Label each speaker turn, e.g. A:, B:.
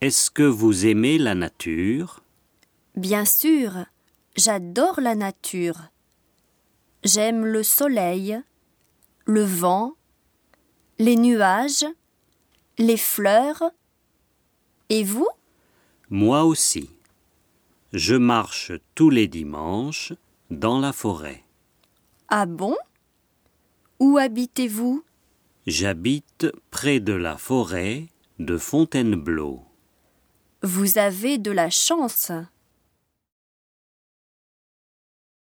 A: Est-ce que vous aimez la nature
B: Bien sûr, j'adore la nature. J'aime le soleil, le vent, les nuages, les fleurs. Et vous
A: Moi aussi. Je marche tous les dimanches dans la forêt.
B: Ah bon Où habitez-vous
A: J'habite près de la forêt de Fontainebleau.
B: Vous avez de la chance.